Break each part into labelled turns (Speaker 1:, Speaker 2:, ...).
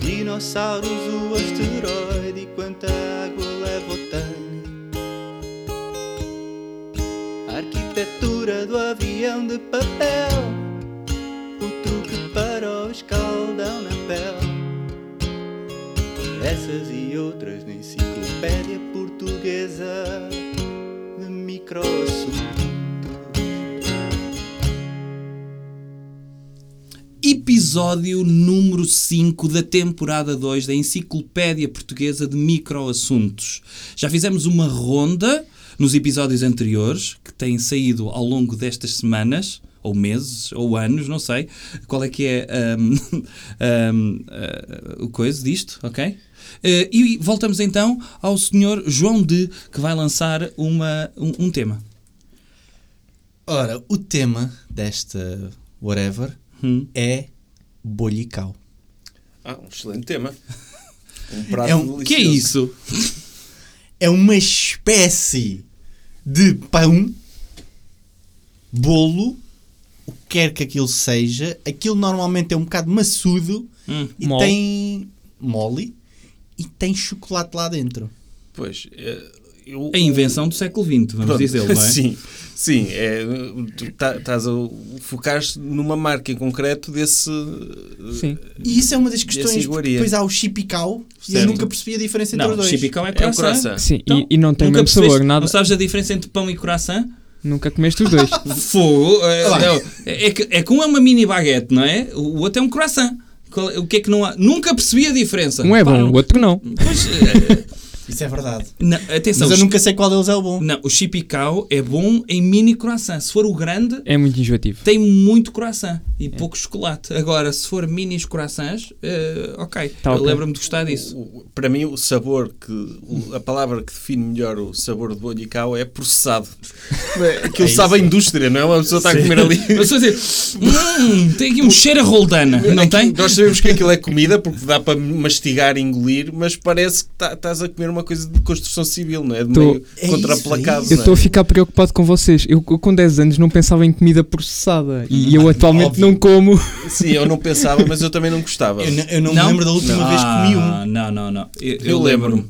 Speaker 1: dinossauros, o asteroide e quanta água leva o tanque. A arquitetura do avião de papel, o truque para o escaldão na pele. Essas e outras na enciclopédia portuguesa de microassuntos.
Speaker 2: Episódio número 5 da temporada 2 da Enciclopédia Portuguesa de Microassuntos. Já fizemos uma ronda nos episódios anteriores, que têm saído ao longo destas semanas, ou meses, ou anos, não sei qual é que é ahm, ahm, ah, o coisa disto, ok? Eh, e voltamos então ao senhor João D, que vai lançar uma, um, um tema.
Speaker 3: Ora, o tema desta whatever
Speaker 2: Hum.
Speaker 3: é bolhical.
Speaker 4: Ah, um excelente tema. Um prato
Speaker 3: É um-
Speaker 2: O
Speaker 4: delicioso.
Speaker 2: que é isso?
Speaker 3: É uma espécie de pão, bolo, o que quer que aquilo seja. Aquilo normalmente é um bocado maçudo
Speaker 2: Hum.
Speaker 3: e
Speaker 5: Mole.
Speaker 3: tem mole e tem chocolate lá dentro.
Speaker 4: Pois, eh, eu...
Speaker 2: A invenção do século XX, É vamos
Speaker 4: Pronto.
Speaker 2: dizer, não é?
Speaker 4: Sim, sim. É, tu tá- estás a focar-te numa marca em concreto desse...
Speaker 5: Sim.
Speaker 3: E isso é uma das questões, porque
Speaker 4: iguaria.
Speaker 3: depois há o chipical e eu
Speaker 2: Certo.
Speaker 3: nunca percebi a diferença entre
Speaker 2: Não,
Speaker 3: os dois.
Speaker 2: chipicão é
Speaker 4: É um
Speaker 2: croissant.
Speaker 4: coração.
Speaker 5: Sim, e-
Speaker 2: Então,
Speaker 5: e, não tem o mesmo
Speaker 2: percebeste-
Speaker 5: sabor, nada.
Speaker 2: Não sabes a diferença entre pão e croissant?
Speaker 5: Nunca comeste os dois.
Speaker 2: Fogo. É, não. É que, é que um é uma mini baguete, não é? O outro é um croissant. Qual- O que é que não há? Nunca percebi a diferença.
Speaker 5: Um é
Speaker 2: Pá,
Speaker 5: bom, o outro não.
Speaker 2: Pois, eh,
Speaker 3: Isso é verdade.
Speaker 2: não, atenção.
Speaker 3: Mas eu
Speaker 2: o
Speaker 3: nunca sei qual deles é o bom.
Speaker 2: Não, o chipicau é bom em mini croissant. Se for o grande,
Speaker 5: É muito enjoativo.
Speaker 2: tem muito croissant e pouco chocolate. Agora, se for minis croissants, eh, ok.
Speaker 5: Tá ok.
Speaker 2: Eu Lembro-me de gostar disso.
Speaker 4: O- o- Para mim, o sabor que. o- a palavra que define melhor o sabor de bolho e cau é processado.
Speaker 2: É
Speaker 4: Aquilo sabe a indústria, não é? Uma pessoa está a comer ali.
Speaker 2: Mas estou a dizer, hum, tem aqui um cheiro a roldana, não tem?
Speaker 4: Nós sabemos que aquilo é comida porque dá para mastigar e engolir, mas parece que tá- estás a comer uma coisa de construção civil, não é? De
Speaker 5: Tô-
Speaker 4: meio
Speaker 3: É isso,
Speaker 4: contraplacado.
Speaker 3: é isso.
Speaker 5: Eu
Speaker 4: não é?
Speaker 5: estou a ficar preocupado com vocês. Eu eu com 10 anos não pensava em comida processada. E eu atualmente
Speaker 3: Óbvio.
Speaker 5: não como.
Speaker 4: Sim, eu não pensava, mas eu também não gostava.
Speaker 3: Eu, n- eu não,
Speaker 2: Não? Ah.
Speaker 3: me lembro da última vez que comi um.
Speaker 2: Não, não, não. Eu, eu
Speaker 4: Eu
Speaker 2: lembro-me.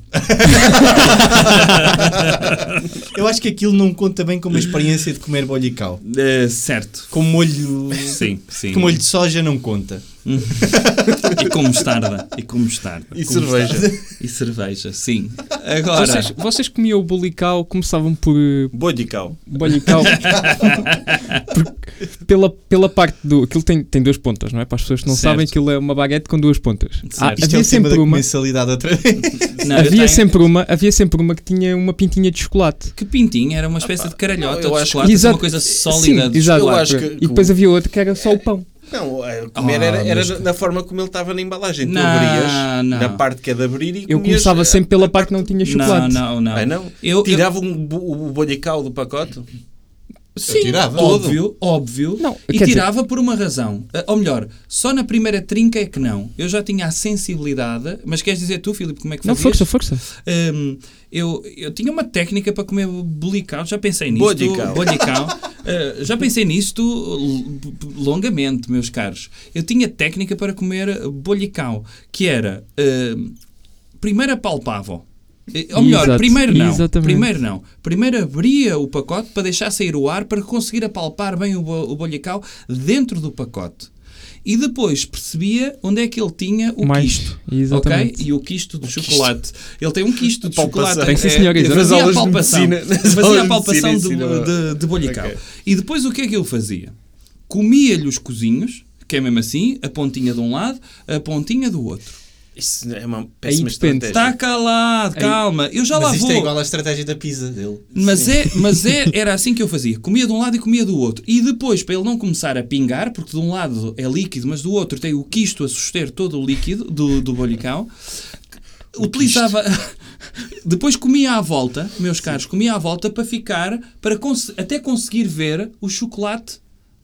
Speaker 3: Eu acho que aquilo não conta bem como a experiência de comer bolhical.
Speaker 2: Eh, certo.
Speaker 3: Com molho.
Speaker 2: Sim, sim.
Speaker 3: Com molho de soja não conta.
Speaker 2: E com mostarda. E com mostarda.
Speaker 4: E
Speaker 2: Com
Speaker 4: cerveja.
Speaker 2: mostarda. E cerveja, sim. Agora,
Speaker 5: Vocês, vocês comiam o bolicau, começavam por eh,
Speaker 4: Bolho e cau.
Speaker 5: bolicau. Porque pela, pela parte do. Aquilo tem, tem duas pontas, não é? Para as pessoas que não
Speaker 2: Certo.
Speaker 5: sabem, aquilo é uma baguete com duas pontas. Ah,
Speaker 2: Certo.
Speaker 3: Isto
Speaker 5: havia
Speaker 3: é o tema da
Speaker 5: sempre uma.
Speaker 3: comensalidade outra vez.
Speaker 2: não, eu
Speaker 5: havia,
Speaker 2: tenho-
Speaker 5: sempre uma, havia sempre uma que tinha uma pintinha de chocolate.
Speaker 2: Que pintinho, era uma espécie de caralhota
Speaker 4: eu
Speaker 2: de
Speaker 4: acho que-
Speaker 2: chocolate,
Speaker 5: Exato.
Speaker 2: uma coisa sólida.
Speaker 5: Sim,
Speaker 2: de
Speaker 5: exato.
Speaker 4: Eu
Speaker 2: chocolate.
Speaker 4: acho que-
Speaker 5: e depois havia outra que era só o pão.
Speaker 4: Não, é, comer
Speaker 2: Ah,
Speaker 4: era, era
Speaker 2: mas-
Speaker 4: da- da forma como ele estava na embalagem. Tu
Speaker 2: Não,
Speaker 4: abrias
Speaker 2: não.
Speaker 4: na parte que é de abrir e
Speaker 5: Eu
Speaker 4: comias,
Speaker 5: começava
Speaker 4: eh,
Speaker 5: sempre pela parte que não tinha chocolate.
Speaker 2: Não, não, não.
Speaker 4: Ah, não?
Speaker 2: Eu, eu,
Speaker 4: Tirava um bo- o bolhacau do pacote?
Speaker 2: sim,
Speaker 3: tirava.
Speaker 2: óbvio, óbvio.
Speaker 5: Não,
Speaker 2: e
Speaker 5: quer dizer-
Speaker 2: tirava por uma razão. Ah, Ou melhor, só na primeira trinca é que não. Eu já tinha a sensibilidade, mas queres dizer tu, Filipe, como é que
Speaker 5: Não,
Speaker 2: fazias?
Speaker 5: força, força.
Speaker 2: Hum, eu, eu tinha uma técnica para comer bolical, já pensei nisto.
Speaker 4: Bodical.
Speaker 2: Bodical. Uh, já pensei nisto l- p- longamente, meus caros. Eu tinha técnica para comer bolical, que era hum, primeiro apalpável. Eh, Ou melhor,
Speaker 5: Exato,
Speaker 2: primeiro não.
Speaker 5: exatamente.
Speaker 2: Primeiro não. Primeiro abria o pacote para deixar sair o ar para conseguir apalpar bem o, bo- o bolical dentro do pacote. E depois percebia onde é que ele tinha o
Speaker 5: Mais,
Speaker 2: quisto. ok?
Speaker 5: exatamente.
Speaker 2: e o quisto de chocolate. Ele tem um quisto de
Speaker 4: Palpação.
Speaker 2: chocolate.
Speaker 4: Tem
Speaker 5: sim, senhor,
Speaker 2: É,
Speaker 5: exato. Nas
Speaker 2: fazia a
Speaker 4: aulas de
Speaker 2: palpação.
Speaker 4: medicina- nas
Speaker 2: Fazia
Speaker 4: aulas
Speaker 2: a
Speaker 4: de
Speaker 2: palpação de,
Speaker 4: medicina ensinava.
Speaker 2: de, de bolhical.
Speaker 4: Ok.
Speaker 2: E depois o que é que ele fazia? Comia-lhe os cozinhos, que é mesmo assim, a pontinha de um lado, a pontinha do outro.
Speaker 4: Isso é uma péssima
Speaker 5: depende.
Speaker 4: estratégia.
Speaker 2: Está calado, calma. Eu já lá
Speaker 3: Mas isto
Speaker 2: vou.
Speaker 3: é igual à estratégia da pizza dele.
Speaker 2: Mas, é, mas é, era assim que eu fazia. Comia de um lado e comia do outro. E depois, para ele não começar a pingar, porque de um lado é líquido, mas do outro tem o quisto a suster todo o líquido do, do bolicão, utilizava... Depois comia à volta, meus caros, comia à volta para ficar, para cons- até conseguir ver o chocolate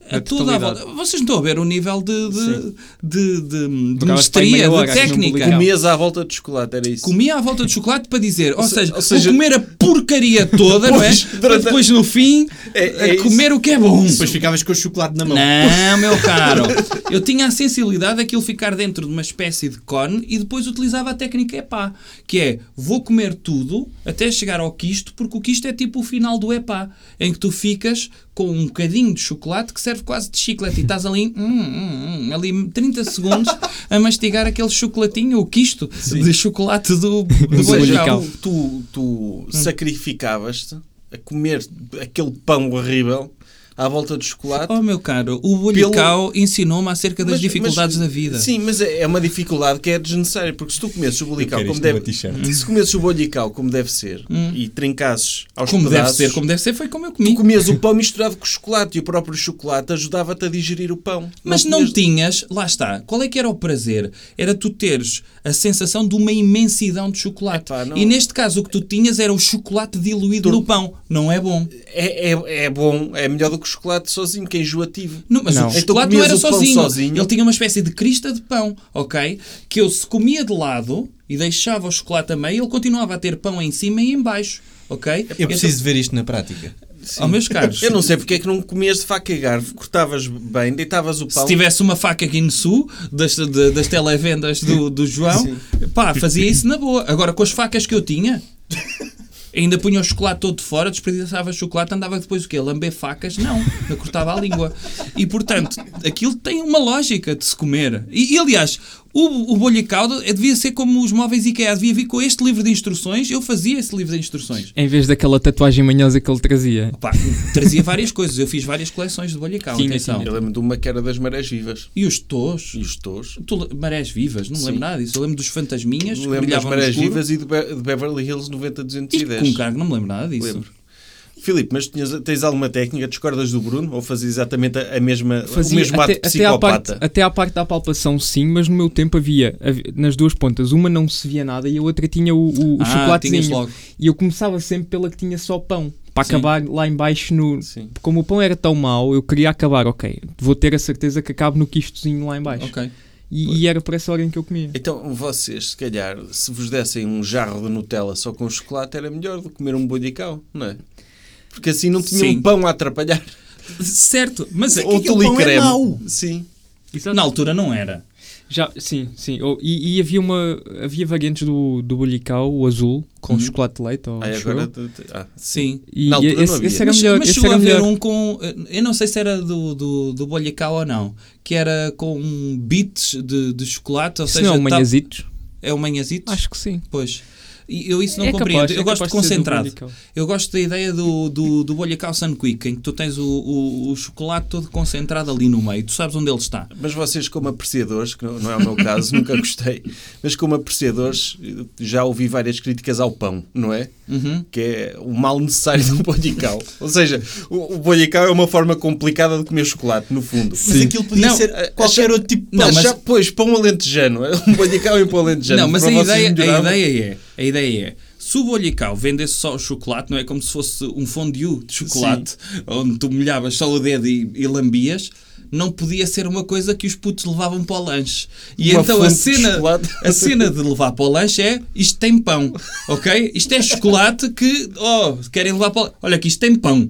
Speaker 2: a
Speaker 5: Na
Speaker 2: toda a
Speaker 5: totalidade.
Speaker 2: volta. Vocês não estão a ver o nível de, de,
Speaker 4: Sim.
Speaker 2: de, de, de
Speaker 5: Tocava-se para
Speaker 2: mestria,
Speaker 5: aí meia hora,
Speaker 2: de
Speaker 5: acho que não
Speaker 2: técnica.
Speaker 5: publicava.
Speaker 4: Comias à volta de chocolate, era isso.
Speaker 2: Comia à volta de chocolate para dizer, ou,
Speaker 4: se-
Speaker 2: seja,
Speaker 4: ou seja-
Speaker 2: vou comer a porcaria toda, não é?
Speaker 4: Pois,
Speaker 2: Para
Speaker 4: durante-
Speaker 2: depois no fim
Speaker 4: É- é
Speaker 2: a
Speaker 4: isso.
Speaker 2: comer o que é bom.
Speaker 3: Depois ficavas com o chocolate na mão.
Speaker 2: Não, meu caro. Eu tinha a sensibilidade daquilo ficar dentro de uma espécie de cone e depois utilizava a técnica epá, que é vou comer tudo até chegar ao quisto, porque o quisto é tipo o final do epá, em que tu ficas com um bocadinho de chocolate que serve quase de chiclete e estás ali, hum, hum, hum, ali 30 segundos a mastigar aquele chocolatinho, o quisto de chocolate do, do
Speaker 4: Ou seja,
Speaker 2: boical.
Speaker 4: tu, tu, tu sacrificavas-te a comer aquele pão horrível à volta de chocolate.
Speaker 2: Oh, meu caro, o boical ensinou-me acerca das
Speaker 4: Mas-
Speaker 2: dificuldades
Speaker 4: mas-
Speaker 2: da vida.
Speaker 4: Sim, mas é, é uma dificuldade que é desnecessária, porque se tu comesses o
Speaker 6: Eu
Speaker 4: bolical
Speaker 6: quero
Speaker 4: como
Speaker 6: isto
Speaker 4: deve
Speaker 6: numa t-shirt.
Speaker 4: se comesses o bolical como deve ser e trincasses aos
Speaker 2: Hum. Como deve
Speaker 4: pedaços,
Speaker 2: ser, como deve ser, foi como eu comi.
Speaker 4: tu comias o pão misturado com o chocolate e o próprio chocolate ajudava-te a digerir o pão.
Speaker 2: Mas não
Speaker 4: tinhas-
Speaker 2: tinhas, lá está, qual é que era o prazer? Era tu teres a sensação de uma imensidão de chocolate.
Speaker 4: Epá, não.
Speaker 2: E neste caso o que tu tinhas era o chocolate diluído no pão. Não é bom.
Speaker 4: É, é, é bom, é melhor do que o chocolate sozinho, que é enjoativo.
Speaker 2: Não, mas
Speaker 5: Não.
Speaker 2: o
Speaker 5: Então
Speaker 2: chocolate não
Speaker 4: comias
Speaker 2: era
Speaker 4: o pão
Speaker 2: sozinho.
Speaker 4: sozinho?
Speaker 2: Ele tinha uma espécie de crista de pão, ok? Que eu se comia de lado e deixava o chocolate a meio, ele continuava a ter pão em cima e em baixo, ok?
Speaker 3: Eu preciso de ver isto na prática.
Speaker 2: Então, ó, meus caros,
Speaker 4: Eu não sei porque é que não comias de faca e garfo, cortavas bem, deitavas o pão.
Speaker 2: Se tivesse uma faca aqui no sul, das, de- das televendas do, do João, pá, fazia isso na boa. Agora, com as facas que eu tinha, ainda punha o chocolate todo de fora, desperdiçava chocolate, andava depois o quê? Lamber facas? Não, eu cortava a língua. E, portanto, aquilo tem uma lógica de se comer. E, e, aliás, o, o bolho e caldo eh, devia ser como os móveis IKEA, devia vir com este livro de instruções, eu fazia esse livro de instruções.
Speaker 5: Em vez daquela tatuagem manhosa que ele trazia.
Speaker 2: Pá, trazia várias coisas, eu fiz várias coleções de bolho e caldo,
Speaker 5: Tinha,
Speaker 2: atenção.
Speaker 4: Eu lembro de uma que era das marés vivas.
Speaker 2: E os tos?
Speaker 4: E os tos.
Speaker 2: Tu, le- marés vivas, não me lembro
Speaker 4: Sim.
Speaker 2: nada disso. Eu lembro dos fantasminhas que
Speaker 4: Lembro das
Speaker 2: brilhavam
Speaker 4: marés
Speaker 2: no escuro.
Speaker 4: vivas e do Be- de Beverly Hills
Speaker 2: E
Speaker 4: 90-210.
Speaker 2: com cargo, não me lembro nada disso.
Speaker 4: Lembro. Filipe, mas tinhas- tens alguma técnica? Discordas do Bruno? Ou fazias exatamente a a mesma, o mesmo ato
Speaker 5: à parte,
Speaker 4: psicopata?
Speaker 5: até à parte da palpação, sim, mas no meu tempo havia, havia- nas duas pontas, uma não se via nada e a outra tinha o, o, o
Speaker 2: Ah,
Speaker 5: chocolatezinho.
Speaker 2: tinhas logo.
Speaker 5: E eu começava sempre pela que tinha só pão. Para
Speaker 2: Sim.
Speaker 5: acabar lá embaixo no.
Speaker 4: Sim.
Speaker 5: Como o pão era tão mau, eu queria acabar, ok. Vou ter a certeza que acabo no quistozinho lá embaixo.
Speaker 2: Ok.
Speaker 5: E, e era por essa hora em que eu comia.
Speaker 4: Então, vocês, se calhar, se vos dessem um jarro de Nutella só com chocolate, era melhor do que comer um bodical, não é? Porque assim não tinha
Speaker 2: Sim.
Speaker 4: um pão a atrapalhar.
Speaker 2: Certo, mas
Speaker 4: Ou
Speaker 2: aquilo-
Speaker 4: tule e
Speaker 3: pão é
Speaker 4: creme.
Speaker 3: mau.
Speaker 4: Sim.
Speaker 2: na altura não era.
Speaker 5: Já, sim, sim. Oh, e, e havia uma. Havia variantes do, do bolicau, o azul, com
Speaker 2: Uhum.
Speaker 5: chocolate de leite ou
Speaker 2: é
Speaker 4: Ai,
Speaker 5: churro.
Speaker 4: agora... tu- tu- ah.
Speaker 2: Sim.
Speaker 5: E
Speaker 4: Na altura não
Speaker 5: esse,
Speaker 4: havia.
Speaker 5: esse era
Speaker 2: mas
Speaker 5: melhor.
Speaker 2: mas
Speaker 5: esse
Speaker 2: chegou
Speaker 5: era
Speaker 2: a ver
Speaker 5: melhor.
Speaker 2: um com. Eu não sei se era do, do, do Bolhacau ou não, que era com bits de, de chocolate, ou
Speaker 5: Se
Speaker 2: seja,
Speaker 5: não,
Speaker 2: tá-
Speaker 5: manhazitos.
Speaker 2: é o manhazito?
Speaker 5: Acho que sim.
Speaker 2: Pois. E eu isso não
Speaker 5: É capaz,
Speaker 2: compreendo.
Speaker 5: é
Speaker 2: eu gosto
Speaker 5: capaz
Speaker 2: de
Speaker 5: de ser do
Speaker 2: concentrado.
Speaker 5: Bolhacau.
Speaker 2: eu gosto da ideia do, do, do Bolhacau Sun Quick, em que tu tens o, o, o chocolate todo concentrado ali no meio. Tu sabes onde ele está.
Speaker 4: Mas vocês, como apreciadores, que não não é o meu caso, nunca gostei, mas como apreciadores, já ouvi várias críticas ao pão, não é?
Speaker 2: Uhum.
Speaker 4: Que é o mal necessário do bolical. Ou seja, o, o bolical é uma forma complicada de comer chocolate, no fundo.
Speaker 3: Mas aquilo podia
Speaker 2: Não,
Speaker 4: a-
Speaker 3: ser qualquer
Speaker 4: acha-
Speaker 3: outro tipo de
Speaker 2: Não,
Speaker 4: Não,
Speaker 2: mas-
Speaker 4: mas... pois, pão alentejano. Um bolical e um pão alentejano.
Speaker 2: Não, mas
Speaker 4: Para
Speaker 2: a
Speaker 4: vocês
Speaker 2: ideia, a
Speaker 4: melhoravam.
Speaker 2: ideia é, a ideia é, se o Bolhicau vendesse só o chocolate, não é como se fosse um fondue de chocolate, onde tu molhavas só o dedo e, e lambias, não podia ser uma coisa que os putos levavam para o lanche. E
Speaker 4: Uma
Speaker 2: então a
Speaker 4: fonte de
Speaker 2: cena,
Speaker 4: chocolate.
Speaker 2: a cena de levar para o lanche é, isto tem pão, ok? Isto é chocolate que, oh, querem levar para o Olha que isto tem pão,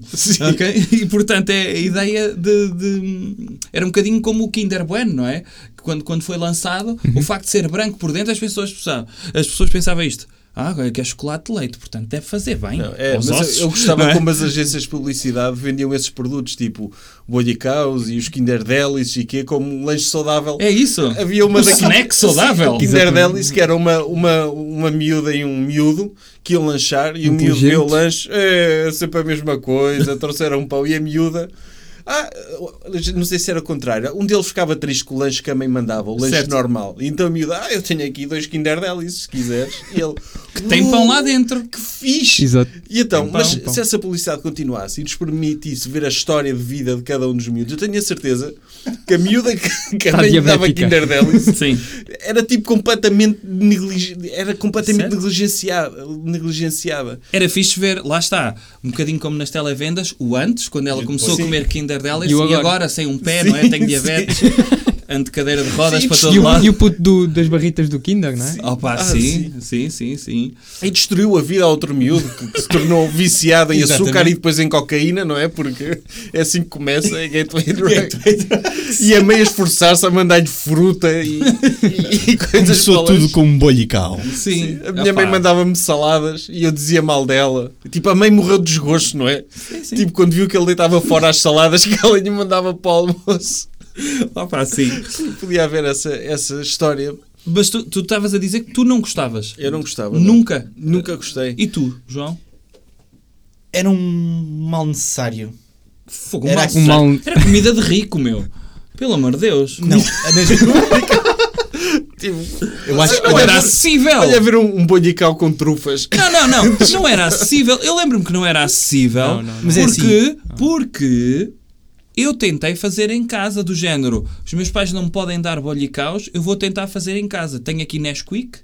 Speaker 2: ok? E portanto é a ideia de, de- Era um bocadinho como o Kinder Bueno, não é? Que Quando, quando foi lançado, o facto de ser branco por dentro, as pessoas pensavam, as pessoas pensavam isto. Ah, agora que é chocolate de leite, portanto deve fazer bem
Speaker 4: Não, é,
Speaker 2: aos
Speaker 4: mas eu-
Speaker 2: ossos.
Speaker 4: eu, gostava
Speaker 2: não é?
Speaker 4: como as agências de publicidade vendiam esses produtos, tipo Bodicaus e os Kinder Delis e quê, como um lanche saudável.
Speaker 2: É isso.
Speaker 4: Havia uma
Speaker 2: um
Speaker 4: daquelas-
Speaker 2: snack saudável.
Speaker 4: Sim, Kinder Delis, que era uma, uma, uma miúda e um miúdo que iam lanchar e o miúdo
Speaker 5: Inteligente.
Speaker 4: viu o lanche, é sempre a mesma coisa, trouxeram um pão e a miúda. Ah, não sei se era o contrário. Um deles ficava triste com o lanche que a mãe mandava, o lanche
Speaker 2: Certo.
Speaker 4: normal. E então a miúda, ah, eu tenho aqui dois Kinder Delis, se quiseres. E ele, que
Speaker 2: Tem pão lá dentro.
Speaker 4: Que fixe!
Speaker 5: Exato.
Speaker 4: E então,
Speaker 2: Pão,
Speaker 4: mas
Speaker 2: pão.
Speaker 4: se essa publicidade continuasse e nos permitisse ver a história de vida de cada um dos miúdos, eu tenho a certeza que a miúda que, que a
Speaker 5: Está
Speaker 4: mãe dava
Speaker 5: diabética.
Speaker 4: Kinder Delis
Speaker 2: Sim.
Speaker 4: era tipo completamente, neglige- era completamente
Speaker 2: Certo.
Speaker 4: negligenciada, negligenciada.
Speaker 2: Era fixe ver, lá está, um bocadinho como nas televendas, o antes, quando ela começou a
Speaker 4: Sim.
Speaker 2: comer Kinder Twitter dela e,
Speaker 5: E eu
Speaker 2: agora?
Speaker 5: agora?
Speaker 2: sem um pé, não é? Tenho diabetes, ando de cadeira de rodas para
Speaker 5: E
Speaker 2: todo
Speaker 5: o, e
Speaker 2: lado.
Speaker 5: o puto do- das barritas do Kinder, não é?
Speaker 2: Opa,
Speaker 4: Ah,
Speaker 2: sim, sim, sim, sim,
Speaker 4: E destruiu a vida a outro miúdo que, que se tornou viciado em açúcar
Speaker 3: Exatamente.
Speaker 4: e depois em cocaína, não é? Porque é assim que começa a Gateway Drug. e a meio esforçar-se a mandar-lhe fruta e, e- e coisas
Speaker 3: Começou
Speaker 4: pelas-
Speaker 3: tudo como um bolical.
Speaker 2: Sim.
Speaker 4: A minha
Speaker 2: Opa.
Speaker 4: mãe mandava-me saladas e eu dizia mal dela. Tipo, a mãe morreu de desgosto, não é? Tipo, quando viu que ele deitava fora as saladas que ela lhe mandava para o almoço.
Speaker 2: Opa, sim.
Speaker 4: Podia haver essa, essa história.
Speaker 2: Mas tu tu estavas a dizer que tu não gostavas.
Speaker 4: Eu não gostava. não.
Speaker 2: Nunca.
Speaker 4: Nunca gostei.
Speaker 2: E tu, João?
Speaker 3: Era um mal necessário.
Speaker 2: Fogo,
Speaker 3: Era
Speaker 2: mal-
Speaker 5: Um mal.
Speaker 2: Era comida de rico, meu. Pelo amor de Deus.
Speaker 3: Não, mas-
Speaker 4: Tipo,
Speaker 3: eu acho que
Speaker 2: Não era
Speaker 4: Olha,
Speaker 2: acessível.
Speaker 4: olha, ver um, um bolhical com trufas.
Speaker 2: Não, não, não. Não era acessível. Eu lembro-me que não era acessível.
Speaker 5: Não, não, não.
Speaker 3: Mas é
Speaker 2: porque, porque eu tentei fazer em casa do género. Os meus pais não me podem dar bolhicaus, eu vou tentar fazer em casa. Tenho aqui Nesquik,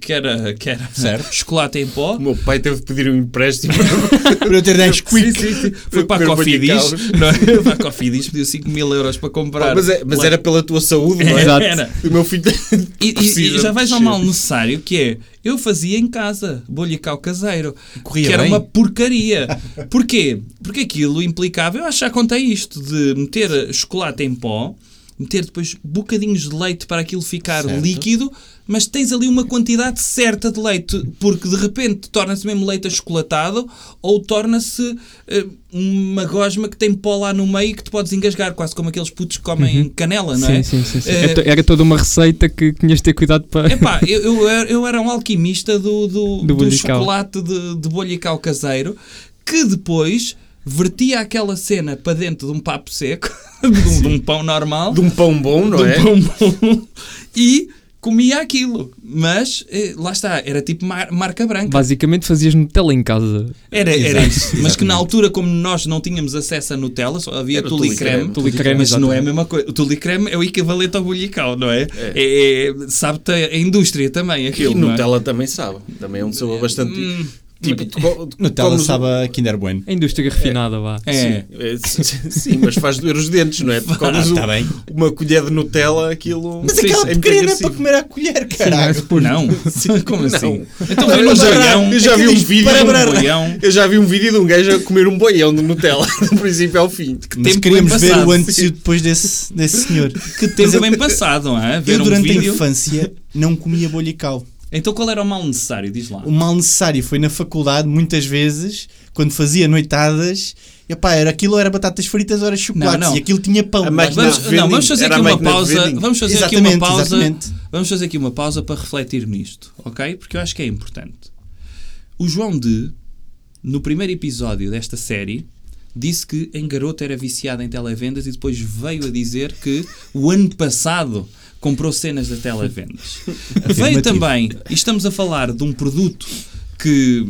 Speaker 2: que era, que era
Speaker 3: Certo.
Speaker 2: chocolate em pó.
Speaker 4: O meu pai teve de pedir um empréstimo para
Speaker 3: para eu ter 10 quick.
Speaker 2: Sim, sim, sim. Foi para a
Speaker 4: Comer
Speaker 2: Coffee Dish.
Speaker 4: bolhicaus.
Speaker 2: Não, é? para a Coffee Dish pediu 5 mil euros para comprar. um
Speaker 4: mas é- mas
Speaker 2: Lá-
Speaker 4: era pela tua saúde, não é?
Speaker 2: Exato. Era.
Speaker 4: O meu filho
Speaker 2: E, e-
Speaker 4: precisa
Speaker 2: e já vais ao
Speaker 4: de
Speaker 2: mal necessário que é eu fazia em casa bolhical caseiro
Speaker 3: Corria
Speaker 2: que era
Speaker 3: bem?
Speaker 2: uma porcaria porquê? porque aquilo implicava eu acho que já contei isto de meter chocolate em pó meter depois bocadinhos de leite para aquilo ficar
Speaker 3: Certo.
Speaker 2: líquido mas tens ali uma quantidade certa de leite porque de repente torna-se mesmo leite achocolatado ou torna-se eh, uma gosma que tem pó lá no meio que te podes engasgar quase como aqueles putos que comem canela não é?
Speaker 5: Sim, sim, sim. sim.
Speaker 2: Eh,
Speaker 5: É to- Era toda uma receita que tinhas de ter cuidado para.
Speaker 2: Epá, eu, eu, era- eu era um alquimista do, do, do
Speaker 5: bolhical.
Speaker 2: chocolate de, de bolhical caseiro que depois vertia aquela cena para dentro de um papo seco, de um, de um pão normal,
Speaker 4: De um pão bom, não
Speaker 2: de um
Speaker 4: é?
Speaker 2: pão bom, e comia aquilo. Mas eh, lá está, era tipo mar- marca branca.
Speaker 5: Basicamente fazias Nutella em casa.
Speaker 2: Era, era
Speaker 3: Exato,
Speaker 2: isso. Mas que na altura, como nós não tínhamos acesso a Nutella, só havia
Speaker 4: Era
Speaker 2: tule e
Speaker 4: tule e
Speaker 2: creme.
Speaker 4: creme,
Speaker 5: tule e creme,
Speaker 2: mas não é a
Speaker 5: exatamente.
Speaker 2: mesma coisa. O tule e creme é o equivalente ao bolhicau, não é? É- é- Sabe-te a indústria também aquilo.
Speaker 4: e
Speaker 2: não é? Hum,
Speaker 4: Nutella também sabe. Também é um sabor bastante. tipo, tu co- tu
Speaker 3: Nutella
Speaker 4: comes um-
Speaker 3: sabe a Kinder Bueno.
Speaker 5: A indústria refinada, vá.
Speaker 2: É.
Speaker 4: É, s- s- Sim, mas faz doer os dentes, não é? Tu comes
Speaker 3: Ah,
Speaker 4: um-
Speaker 3: tá bem.
Speaker 4: uma colher de Nutella, aquilo.
Speaker 3: Mas
Speaker 2: Sim, sim,
Speaker 3: aquela
Speaker 4: é muito
Speaker 3: pequena é
Speaker 4: agressivo.
Speaker 3: para comer à colher,
Speaker 5: Não,
Speaker 3: caralho.
Speaker 5: se pôr-
Speaker 2: Não? Como
Speaker 4: Não.
Speaker 2: assim? Então vem um
Speaker 4: Eu já-
Speaker 2: boião.
Speaker 4: eu já vi um vídeo
Speaker 2: Para
Speaker 4: de um
Speaker 2: um
Speaker 4: boião.
Speaker 2: boião.
Speaker 4: Eu já vi um vídeo de um gajo a comer um boião de Nutella, do princípio ao fim.
Speaker 3: Mas
Speaker 2: tempo
Speaker 3: queríamos
Speaker 2: bem
Speaker 3: ver
Speaker 2: passado,
Speaker 3: o antes e o depois desse, desse senhor.
Speaker 2: Que tempo bem passado, não é? Ver
Speaker 3: Então Eu,
Speaker 2: um
Speaker 3: durante a
Speaker 2: vídeo.
Speaker 3: infância, não comia bolhical.
Speaker 2: Então qual era o mal necessário? Diz lá.
Speaker 3: O mal necessário foi na faculdade, muitas vezes, quando fazia noitadas, epá, era aquilo era batatas fritas, era chocolate,
Speaker 2: Não, não.
Speaker 3: e aquilo tinha pão.
Speaker 4: A
Speaker 2: Mas
Speaker 4: máquina-
Speaker 2: vamos,
Speaker 4: vending.
Speaker 2: não, vamos fazer
Speaker 4: Era
Speaker 2: aqui
Speaker 4: a
Speaker 2: uma
Speaker 4: máquina de
Speaker 2: pausa.
Speaker 4: vending.
Speaker 2: Vamos fazer aqui
Speaker 3: Exatamente,
Speaker 2: uma pausa.
Speaker 3: exatamente.
Speaker 2: Vamos fazer aqui uma pausa para refletir nisto, ok? Porque eu acho que é importante. O João de, no primeiro episódio desta série, disse que em garoto era viciado em televendas e depois veio a dizer que o ano passado comprou cenas da televendas. veio
Speaker 3: Afirmativo.
Speaker 2: também, e estamos a falar de um produto que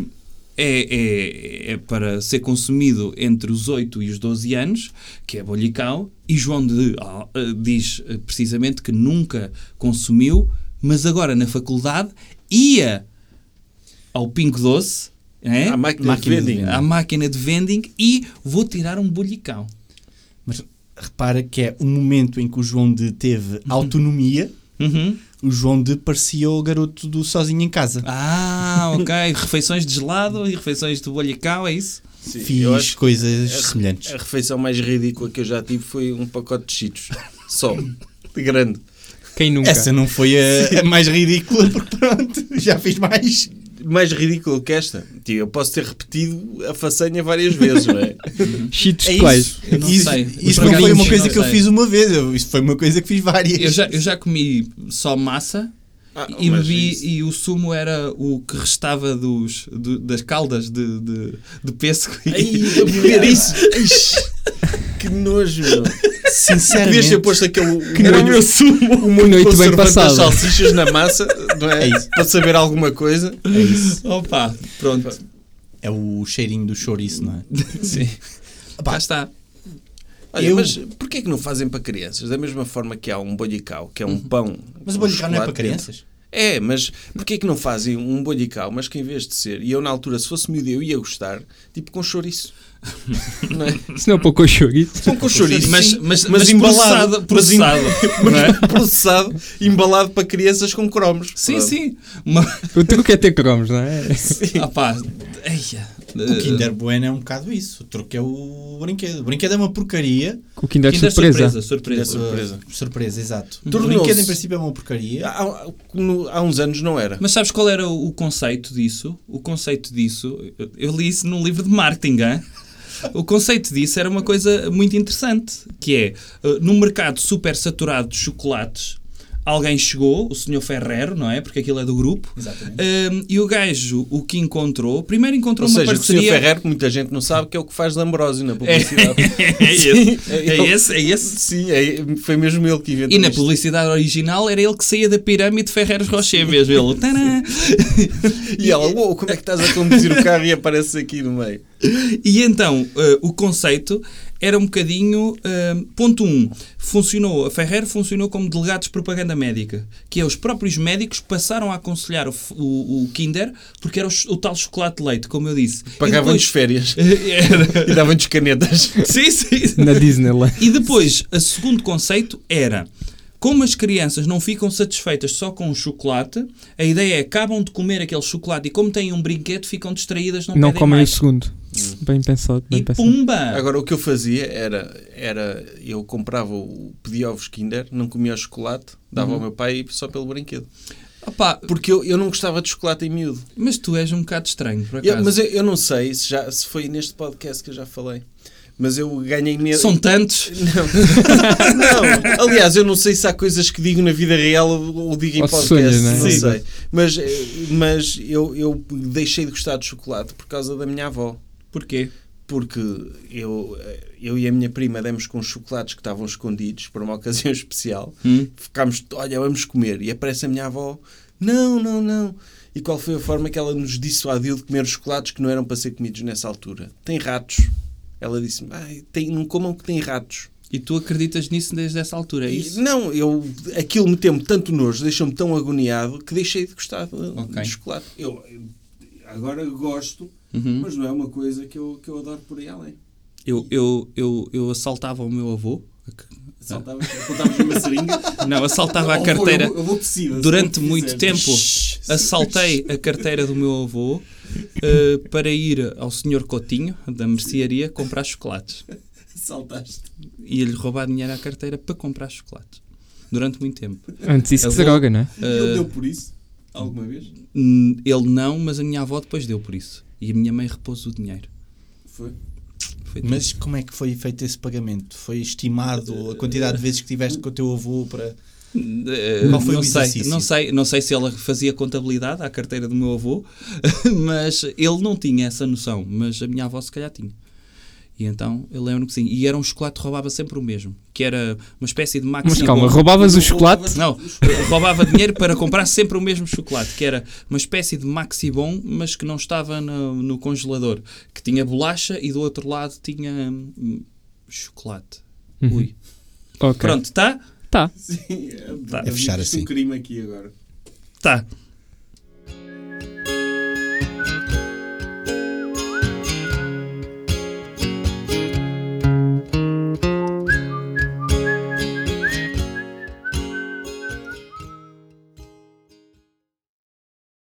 Speaker 2: é, é- é para ser consumido entre os 8 e os 12 anos, que é bolhicau, e João de, ah, eh, diz eh, precisamente que nunca consumiu, mas agora na faculdade ia ao Pingo Doce, né?
Speaker 4: A máquina de vending.
Speaker 2: à máquina de vending e vou tirar um bolhicau.
Speaker 3: Mas repara que é o momento em que o João de teve autonomia,
Speaker 2: Uhum.
Speaker 3: o João de parecia o garoto do sozinho em casa.
Speaker 2: Ah, ok. refeições de gelado e refeições de bolhicau, é isso?
Speaker 4: Sim,
Speaker 3: Fiz
Speaker 4: eu acho
Speaker 3: coisas
Speaker 4: a-
Speaker 3: semelhantes.
Speaker 4: A refeição mais ridícula que eu já tive foi um pacote de cheetos. Só. De grande.
Speaker 5: Quem
Speaker 2: É
Speaker 5: nunca?
Speaker 3: Essa não foi a, a mais ridícula, porque pronto, já fiz mais.
Speaker 4: Mais ridículo que esta. Tio, eu posso ter repetido a façanha várias vezes, não é?
Speaker 5: Cheats
Speaker 3: É
Speaker 5: de
Speaker 3: isso.
Speaker 5: quais?
Speaker 2: Eu não
Speaker 3: isso
Speaker 2: sei. Os
Speaker 3: isso não foi uma
Speaker 2: bolinhos,
Speaker 3: coisa
Speaker 2: não
Speaker 3: que eu
Speaker 2: sei.
Speaker 3: fiz uma vez, eu- isso foi uma coisa que fiz várias.
Speaker 2: Eu já, eu já comi só massa
Speaker 4: Ah,
Speaker 2: e,
Speaker 4: mas
Speaker 2: bebi,
Speaker 4: isso-
Speaker 2: e o sumo era o que restava dos, do- das caldas de, de, de pêssego. e-
Speaker 4: Ai, eu beber isso. Ixi, que nojo, meu.
Speaker 3: Sinceramente.
Speaker 4: Podias ter posto aquele.
Speaker 5: Que
Speaker 4: era
Speaker 5: nojo.
Speaker 4: meu sumo. O
Speaker 5: Que noite bem
Speaker 4: conservante das
Speaker 5: passada.
Speaker 4: salsichas na massa, não é? Para saber alguma coisa.
Speaker 3: É isso.
Speaker 2: Opa, pronto.
Speaker 3: É o cheirinho do chouriço, não é?
Speaker 2: Sim.
Speaker 3: Pá.
Speaker 2: Lá está.
Speaker 4: Olha,
Speaker 3: Eu-
Speaker 4: mas porquê é que não fazem para crianças? Da mesma forma que há um bolhicau, que é um pão.
Speaker 3: Mas o
Speaker 4: com
Speaker 3: bolicau não
Speaker 4: chocolate
Speaker 3: é para
Speaker 4: dentro.
Speaker 3: crianças?
Speaker 4: É, mas porquê é que não fazem um bolhicau, mas que em vez de ser, e eu na altura, se fosse miúdo, eu ia gostar, tipo com chouriço. não é?
Speaker 5: Se não, pão com chouriço.
Speaker 4: Pão com chouriço,
Speaker 2: Mas,
Speaker 4: sim,
Speaker 2: mas, mas, embalado,
Speaker 4: mas em-
Speaker 2: processado. não é?
Speaker 4: processado, embalado para crianças com cromos.
Speaker 2: Sim,
Speaker 4: Pronto.
Speaker 2: sim. Uma,
Speaker 5: O truque é ter cromos, não é?
Speaker 2: ah, pá, eia, eh,
Speaker 3: O Kinder Bueno é um bocado isso. O truque é o brinquedo. O brinquedo é uma porcaria.
Speaker 5: O Kinder,
Speaker 2: Kinder
Speaker 5: surpresa.
Speaker 2: é surpresa, surpresa.
Speaker 4: é Surpresa.
Speaker 3: Ah, surpresa, exato. O
Speaker 4: Tornou-se-
Speaker 3: brinquedo em princípio é uma porcaria.
Speaker 4: Há, há- no- há uns anos não era.
Speaker 2: Mas sabes qual era o o conceito disso? O conceito disso, eu li isso num livro de marketing, hã? O conceito disso era uma coisa muito interessante, que é, eh, num mercado super saturado de chocolates, alguém chegou, o senhor Ferrero, não é? Porque aquilo é do grupo.
Speaker 3: Exatamente.
Speaker 2: ehm, e o gajo, o que encontrou, primeiro encontrou
Speaker 4: Ou
Speaker 2: uma
Speaker 4: seja, o Sr.
Speaker 2: parceria...
Speaker 4: Ferrer, que muita gente não sabe, que é o que faz de Ambrosio na publicidade.
Speaker 2: É esse,
Speaker 4: Sim,
Speaker 2: é
Speaker 4: ele-
Speaker 2: esse, é esse.
Speaker 4: Sim, é- foi mesmo ele que inventou
Speaker 2: E na
Speaker 4: isto.
Speaker 2: publicidade original era ele que saía da pirâmide Ferreiros Rocher mesmo. Ele, "Tadã!"
Speaker 4: E ela, uou, como é que estás a conduzir o carro e aparece aqui no meio?
Speaker 2: E então, eh, o conceito era um bocadinho. eh, ponto 1. Um, funcionou, a Ferrer funcionou como delegados de propaganda médica, que é os próprios médicos passaram a aconselhar o, f- o- o Kinder, porque era o, ch- o tal chocolate de leite, como eu disse. E
Speaker 4: Pagavam-lhes
Speaker 2: depois-
Speaker 4: férias
Speaker 2: Era-
Speaker 4: e davam-lhes canetas.
Speaker 2: sim, sim.
Speaker 5: Na Disneyland.
Speaker 2: E depois, o segundo conceito era. Como as crianças não ficam satisfeitas só com o chocolate, a ideia é que acabam de comer aquele chocolate e, como têm um brinquedo, ficam distraídas, não,
Speaker 5: Não
Speaker 2: pedem
Speaker 5: comem o
Speaker 2: mais.
Speaker 5: segundo. Bem pensado, bem
Speaker 2: E
Speaker 5: pensado.
Speaker 2: pumba!
Speaker 4: Agora, o que eu fazia era, era eu comprava, o- pedia ovos Kinder, não comia o chocolate, dava
Speaker 2: Uhum.
Speaker 4: ao meu pai só pelo brinquedo.
Speaker 2: Opá,
Speaker 4: Porque eu, eu não gostava de chocolate em miúdo.
Speaker 2: Mas tu és um bocado estranho, por acaso.
Speaker 4: Eu- mas eu, eu não sei se, já, se foi neste podcast que eu já falei, mas eu ganhei medo.
Speaker 2: São tantos.
Speaker 4: Não, aliás, eu não sei se há coisas que digo na vida real ou, ou digo em
Speaker 5: Ou
Speaker 4: podcast,
Speaker 5: sonhas,
Speaker 4: não,
Speaker 5: não é? Sim.
Speaker 4: sei. Mas, eh, mas eu, eu deixei de gostar de chocolate por causa da minha avó.
Speaker 2: Porquê?
Speaker 4: Porque eu, eh, eu e a minha prima demos com os chocolates que estavam escondidos para uma ocasião especial.
Speaker 5: Hum?
Speaker 4: Ficámos, olha, vamos comer. E aparece a minha avó, não, não, não. E qual foi a forma que ela nos dissuadiu de comer os chocolates que não eram para ser comidos nessa altura? Tem ratos. Ela disse-me, "Ai, tem- não comam que tem ratos.
Speaker 2: E tu acreditas nisso desde essa altura, é
Speaker 4: E-
Speaker 2: isso?
Speaker 4: Não, eu, aquilo meteu-me tanto nojo, deixou-me tão agoniado que deixei de gostar de,
Speaker 2: Ok.
Speaker 4: de chocolate. Eu, eu agora gosto,
Speaker 2: Hum?
Speaker 4: mas não é uma coisa que eu, que eu adoro por aí além.
Speaker 2: Uhum. Eu, eu, eu, eu assaltava o meu avô.
Speaker 4: Saltavas, apontavas numa seringa.
Speaker 2: Não, assaltava a
Speaker 4: "Oh, vou, eu
Speaker 2: carteira.
Speaker 4: vou- eu vou tecido, se
Speaker 2: Durante
Speaker 4: não
Speaker 2: muito
Speaker 4: quiseres."
Speaker 2: tempo assaltei a carteira do meu avô eh, para ir ao Sr. Cotinho, da mercearia, comprar chocolates.
Speaker 4: Saltaste.
Speaker 2: E lhe roubar dinheiro à carteira para comprar chocolates. Durante muito tempo.
Speaker 5: Antes isso
Speaker 2: Eu
Speaker 5: que
Speaker 2: vou-
Speaker 5: droga, não é?
Speaker 4: E ele deu por isso? Alguma vez?
Speaker 2: Hum, Ah, Ele não, mas a minha avó depois deu por isso. E a minha mãe repôs o dinheiro.
Speaker 4: Foi.
Speaker 2: Foi tudo.
Speaker 3: Mas como é que foi feito esse pagamento? Foi estimado a quantidade de vezes que tiveste com o teu avô para.
Speaker 2: Eh,
Speaker 3: Qual foi
Speaker 2: não
Speaker 3: o
Speaker 2: sei,
Speaker 3: exercício?
Speaker 2: não sei, não sei se ela fazia contabilidade à carteira do meu avô, mas ele não tinha essa noção, mas a minha avó se calhar tinha. E então eu lembro-me que sim. E era um chocolate que roubava sempre o mesmo, que era uma espécie de maxi
Speaker 5: Mas calma, roubavas o chocolate?
Speaker 2: Não, roubava dinheiro para comprar sempre o mesmo chocolate, que era uma espécie de maxi bom, mas que não estava no, no congelador, que tinha bolacha e do outro lado tinha hum, chocolate. Ui.
Speaker 5: Uhum. Ok.
Speaker 2: Pronto, tá?
Speaker 5: Tá.
Speaker 4: Sim,
Speaker 2: Tá.
Speaker 3: É fechar assim.
Speaker 4: crime aqui um agora.
Speaker 2: Tá.